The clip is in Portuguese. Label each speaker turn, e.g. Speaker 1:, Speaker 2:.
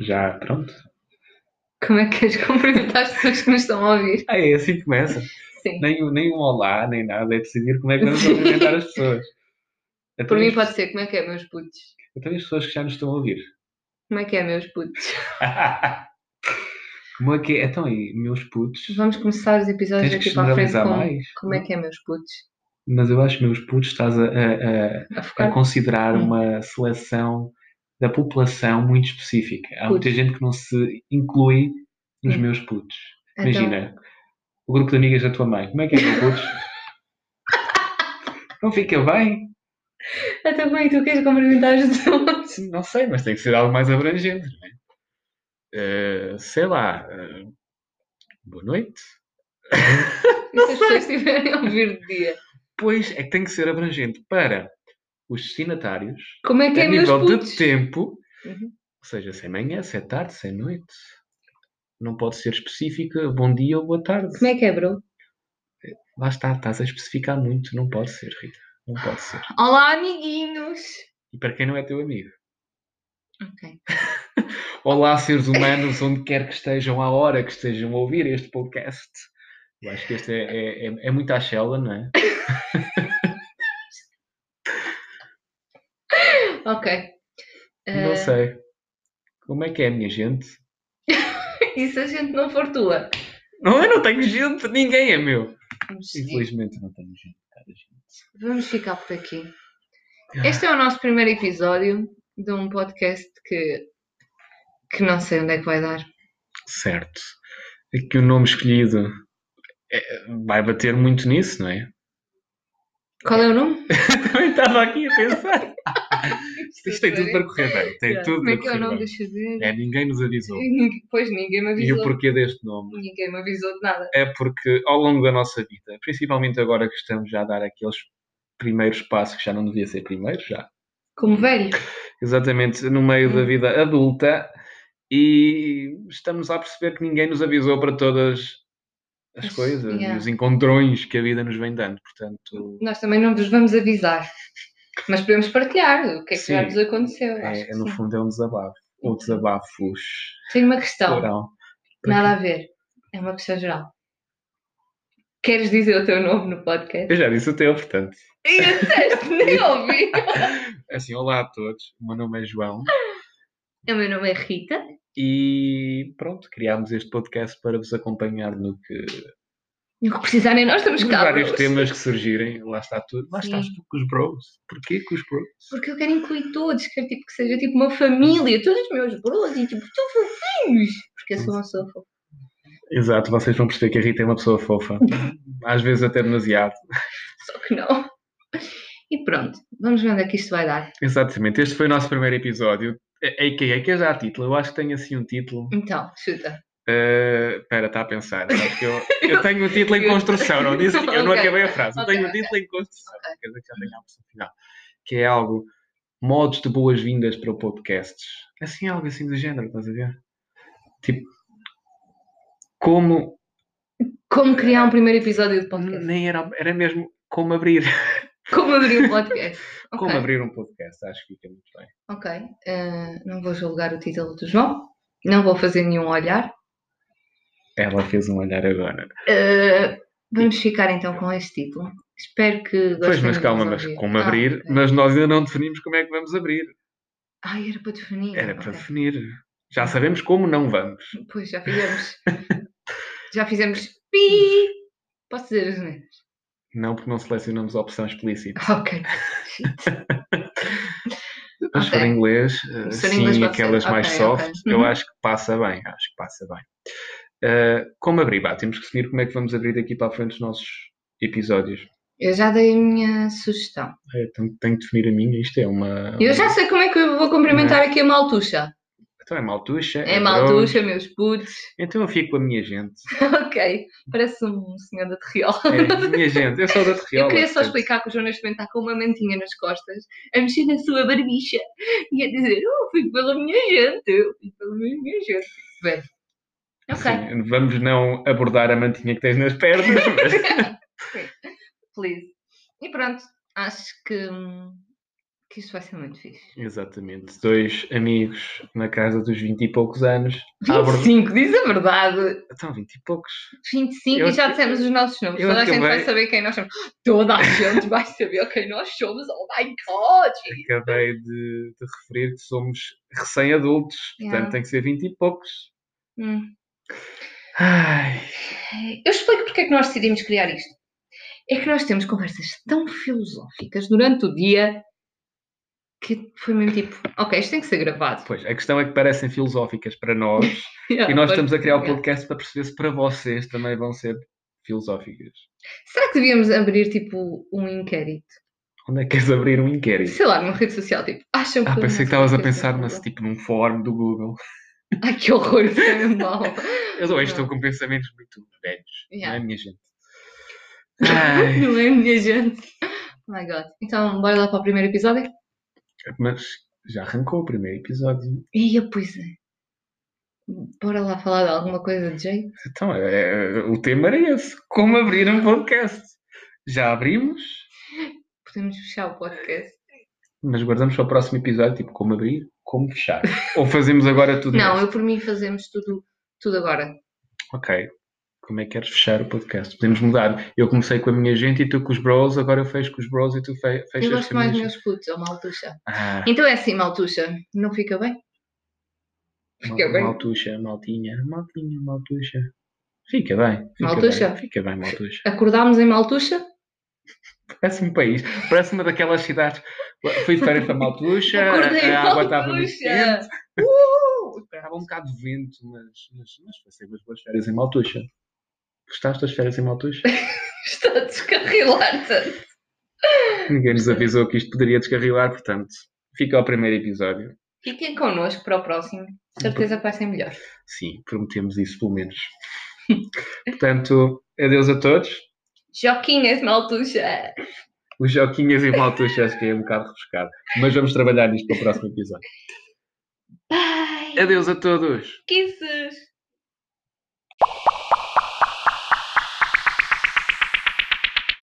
Speaker 1: Já pronto?
Speaker 2: Como é que queres cumprimentar as pessoas que nos estão a ouvir?
Speaker 1: Ah, é assim que começa.
Speaker 2: Sim.
Speaker 1: Nem, o- nem um olá, nem nada. É decidir como é que vamos cumprimentar as pessoas. Então,
Speaker 2: Por
Speaker 1: e
Speaker 2: mim
Speaker 1: as-
Speaker 2: pode ser, como é que é, meus putos?
Speaker 1: Então e as pessoas que já nos estão a ouvir.
Speaker 2: Como é que é, meus putos?
Speaker 1: como é que é? Então e meus putos?
Speaker 2: Vamos começar os episódios
Speaker 1: Tens que
Speaker 2: aqui para a frente
Speaker 1: generalizar
Speaker 2: com
Speaker 1: mais.
Speaker 2: como é que é, meus putos?
Speaker 1: Mas eu acho que meus putos estás a, a- a-
Speaker 2: A
Speaker 1: a
Speaker 2: focar.
Speaker 1: considerar
Speaker 2: Hum.
Speaker 1: uma seleção da população muito específica. Há muita
Speaker 2: Putos.
Speaker 1: gente que não se inclui nos
Speaker 2: Hum.
Speaker 1: meus putos.
Speaker 2: Então,
Speaker 1: Imagina, o grupo de amigas da tua mãe. Como é que é, meu putos? não fica bem?
Speaker 2: Até bem, é tu queres cumprimentar as pessoas?
Speaker 1: Sim, Não sei, mas tem que ser algo mais abrangente, não é? Eh, sei lá. eh, boa noite.
Speaker 2: E se as pessoas estiverem a ouvir de dia?
Speaker 1: Pois é que tem que ser abrangente para os destinatários,
Speaker 2: Como é que
Speaker 1: a
Speaker 2: é, meus
Speaker 1: nível
Speaker 2: putos?
Speaker 1: de tempo,
Speaker 2: Uhum.
Speaker 1: ou seja, se é manhã, se é tarde, se é noite. Não pode ser específica, bom dia ou boa tarde.
Speaker 2: Como é que é, bro?
Speaker 1: Lá está, estás a especificar muito, não pode ser, Rita. Não pode ser.
Speaker 2: Olá, amiguinhos!
Speaker 1: E para quem não é teu amigo.
Speaker 2: Ok.
Speaker 1: Olá, seres humanos, onde quer que estejam, à hora que estejam a ouvir este podcast. Eu acho que este é, é, é, é muito à Shella, não é?
Speaker 2: Ok.
Speaker 1: Não
Speaker 2: Ah,
Speaker 1: sei. Como é que é, minha gente?
Speaker 2: e se a gente não for tua?
Speaker 1: Não, eu não tenho gente, ninguém é meu.
Speaker 2: Vamos seguir.
Speaker 1: Infelizmente, eu não tenho gente. cara, gente.
Speaker 2: Vamos ficar por aqui.
Speaker 1: Ah.
Speaker 2: Este é o nosso primeiro episódio de um podcast que, que não sei onde é que vai dar.
Speaker 1: Certo. É que o nome escolhido é- vai bater muito nisso, não é?
Speaker 2: Qual é o nome?
Speaker 1: Também estava aqui a pensar. Isto tem tudo para correr bem. Tem tudo
Speaker 2: Como é
Speaker 1: para
Speaker 2: que é o
Speaker 1: correr bem.
Speaker 2: nome? Deixa eu ver.
Speaker 1: É, ninguém nos avisou.
Speaker 2: Ninguém- Pois ninguém
Speaker 1: E
Speaker 2: me
Speaker 1: o
Speaker 2: avisou.
Speaker 1: porquê deste nome?
Speaker 2: Ninguém me avisou de nada.
Speaker 1: é porque ao longo da nossa vida, principalmente agora que estamos já a dar aqueles primeiros passos que já não devia ser primeiro, já.
Speaker 2: Como velho.
Speaker 1: Exatamente, no meio
Speaker 2: Hum.
Speaker 1: da vida adulta e estamos a perceber que ninguém nos avisou para todas as
Speaker 2: Mas,
Speaker 1: coisas
Speaker 2: yeah.
Speaker 1: e os encontrões que a vida nos vem dando, portanto,
Speaker 2: Nós também não vos vamos avisar. Mas podemos partilhar o que é que já
Speaker 1: Sim.
Speaker 2: nos aconteceu.
Speaker 1: é-
Speaker 2: acho que
Speaker 1: no
Speaker 2: sim. Uhum.
Speaker 1: fundo é um desabafo, ou desabafos.
Speaker 2: Tenho uma questão.
Speaker 1: Então,
Speaker 2: Nada a ver. É uma questão geral. Queres dizer o teu nome no podcast?
Speaker 1: eu já disse o teu, portanto.
Speaker 2: E disseste, nem ouvi.
Speaker 1: Assim, olá a todos, o meu nome é João.
Speaker 2: O meu nome é Rita.
Speaker 1: E pronto, criámos este podcast para vos acompanhar no que
Speaker 2: E o que precisarem, nós estamos
Speaker 1: Os
Speaker 2: cá.
Speaker 1: vários
Speaker 2: bros.
Speaker 1: temas que surgirem, lá está tudo. Lá estás
Speaker 2: Sim.
Speaker 1: tu com os bros. Porquê com os bros?
Speaker 2: Porque eu quero incluir todos, quero tipo, que seja tipo uma família, todos os meus bros e tipo, tão fofinhos. Porque eu sou uma sofa.
Speaker 1: Exato, vocês vão perceber que a Rita é uma pessoa fofa. Às vezes até demasiado.
Speaker 2: Só que não. E pronto, vamos ver onde é que isto vai dar.
Speaker 1: Exatamente, este foi o nosso primeiro episódio. A- AKA, que já há título. Eu acho que tenho assim um título.
Speaker 2: Então, chuta.
Speaker 1: Uh, Espera, está a pensar. Sabes que eu, eu tenho um título em
Speaker 2: Eu-
Speaker 1: construção, não disse? Eu não
Speaker 2: Ok.
Speaker 1: acabei a frase. Eu
Speaker 2: Ok,
Speaker 1: tenho um título em construção. Quer dizer que já tenho a opção final. Que é algo. Modos de boas-vindas para podcasts. Assim, algo assim do género, estás a ver? Tipo. Como
Speaker 2: Como criar um primeiro episódio de podcast?
Speaker 1: Nem era, era mesmo como abrir.
Speaker 2: Como abrir um podcast? Ok,
Speaker 1: Hum. Como abrir um podcast, acho que fica muito bem.
Speaker 2: Ok, Ah, não vou julgar o título do João, não vou fazer nenhum olhar.
Speaker 1: Ela fez um olhar agora.
Speaker 2: Ah, vamos ficar então com este título. Espero que
Speaker 1: Pois,
Speaker 2: gostem
Speaker 1: mas
Speaker 2: de
Speaker 1: calma,
Speaker 2: nos
Speaker 1: mas
Speaker 2: ouvir.
Speaker 1: como
Speaker 2: Ah,
Speaker 1: abrir,
Speaker 2: ok.
Speaker 1: mas nós ainda não definimos como é que vamos abrir.
Speaker 2: Ai, era para definir.
Speaker 1: Era para
Speaker 2: ok.
Speaker 1: definir. Já sabemos como não vamos.
Speaker 2: Pois, já fizemos. já fizemos pi. Posso dizer as neiras?
Speaker 1: Não porque não selecionamos a opção explícita.
Speaker 2: Ok.
Speaker 1: Mas se for
Speaker 2: Ok.
Speaker 1: em inglês, eh,
Speaker 2: Se for em
Speaker 1: sim,
Speaker 2: inglês pode
Speaker 1: aquelas
Speaker 2: ser.
Speaker 1: mais
Speaker 2: Ok,
Speaker 1: soft,
Speaker 2: ok.
Speaker 1: eu
Speaker 2: Uhum.
Speaker 1: acho que passa bem, acho que passa bem. Eh, como abrir? Bah, temos que definir como é que vamos abrir daqui para a frente os nossos episódios.
Speaker 2: Eu já dei a minha sugestão.
Speaker 1: Eh, Tenho, tenho que definir a minha, isto é uma...
Speaker 2: Eu já sei como é que eu vou cumprimentar aqui a Maltuxa.
Speaker 1: Então é maltuxa. broche.
Speaker 2: É Maltuxa, meus putos.
Speaker 1: Então eu fico com a minha gente.
Speaker 2: Ok. Parece um senhor da Terriola.
Speaker 1: É, minha gente, eu sou da Terriola.
Speaker 2: Eu queria só
Speaker 1: portanto,
Speaker 2: explicar que o João neste momento está com uma mantinha nas costas, a mexer na sua barbicha "Oh, e a dizer: Eu fico pela minha gente, eu fico pela minha gente. Bem, Ok.
Speaker 1: Sim, vamos não abordar a mantinha que tens nas pernas, mas
Speaker 2: Please. E pronto, acho que, hum, que isto vai ser muito fixe.
Speaker 1: Exatamente. Dois amigos na casa dos vinte e poucos anos. a abordar-
Speaker 2: 25, diz a verdade.
Speaker 1: Então, vinte e poucos.
Speaker 2: 25
Speaker 1: Eu
Speaker 2: e já
Speaker 1: ac-
Speaker 2: dissemos os nossos nomes.
Speaker 1: eu
Speaker 2: Toda a gente vai
Speaker 1: acabei-
Speaker 2: saber quem nós somos. Toda a gente vai saber quem nós somos. Oh my god!
Speaker 1: Acabei de, de referir que somos recém-adultos,
Speaker 2: Yeah.
Speaker 1: portanto tem que ser vinte e poucos.
Speaker 2: Hum.
Speaker 1: Ai,
Speaker 2: Eu explico porque é que nós decidimos criar isto. É que nós temos conversas tão filosóficas durante o dia que foi mesmo tipo, ok, isto tem que ser gravado.
Speaker 1: pois, a questão é que parecem filosóficas para nós e nós estamos a criar
Speaker 2: é.
Speaker 1: o podcast para perceber se para vocês também vão ser filosóficas.
Speaker 2: Será que devíamos abrir tipo um inquérito?
Speaker 1: Onde é que queres abrir um inquérito?
Speaker 2: Sei lá, numa rede social, tipo, acham
Speaker 1: Ah,
Speaker 2: o
Speaker 1: pensei que estavas
Speaker 2: nosso
Speaker 1: a
Speaker 2: podcast é
Speaker 1: pensar mas,
Speaker 2: horrível?
Speaker 1: tipo num fórum do Google.
Speaker 2: Ai, que horror, isso é mesmo mal.
Speaker 1: Eu hoje estou com pensamentos muito velhos,
Speaker 2: Uhum. Yeah.
Speaker 1: não é, minha gente? Ai,
Speaker 2: Não é, minha gente? Oh my god. Então, bora lá para o primeiro episódio?
Speaker 1: mas já arrancou o primeiro episódio.
Speaker 2: E aí, pois é. Bora lá falar de alguma coisa de jeito?
Speaker 1: Então, é- é- o tema era esse: como abrir um podcast. Já abrimos,
Speaker 2: Podemos fechar o podcast.
Speaker 1: mas guardamos para o próximo episódio, tipo, como abrir, como fechar. Ou fazemos agora tudo
Speaker 2: Não,
Speaker 1: isso?
Speaker 2: eu por mim fazemos tudo, tudo agora.
Speaker 1: Ok. Como é que queres fechar o podcast? Podemos mudar. Eu comecei com a minha gente e tu com os bros, agora eu fecho com os bros e tu fe fechas
Speaker 2: eu gosto
Speaker 1: com a
Speaker 2: mais dos
Speaker 1: minha gente.
Speaker 2: meus putos, ou maltuxa.
Speaker 1: Ah,
Speaker 2: Então é assim, maltuxa. Não fica bem? Fica
Speaker 1: mal-
Speaker 2: bem.
Speaker 1: maltuxa, maltinha, maltinha, maltuxa. Fica bem. Fica
Speaker 2: Maltuxa?
Speaker 1: Bem, fica bem, maltuxa.
Speaker 2: Acordámos em maltuxa?
Speaker 1: Parece um país, parece uma daquelas cidades. Fui de férias para Maltuxa,
Speaker 2: Acordei em
Speaker 1: a água tá estava muito quente,
Speaker 2: maltuxa!
Speaker 1: estava um bocado de vento, mas, mas, mas passei umas boas férias em Maltuxa. Gostaste das férias em Maltuxa?
Speaker 2: Está a descarrilar-te.
Speaker 1: Ninguém nos avisou que isto poderia descarrilar, portanto, fica ao primeiro episódio.
Speaker 2: Fiquem connosco para o próximo. De certeza que vai ser melhor.
Speaker 1: Sim, prometemos isso pelo menos. Portanto, adeus a todos.
Speaker 2: Joquinhas, maltuxa!
Speaker 1: Os Joquinhas e Maltuxa acho que é um bocado refrescado, mas vamos trabalhar nisto para o próximo episódio.
Speaker 2: Bye!
Speaker 1: Adeus a todos!
Speaker 2: Kisses!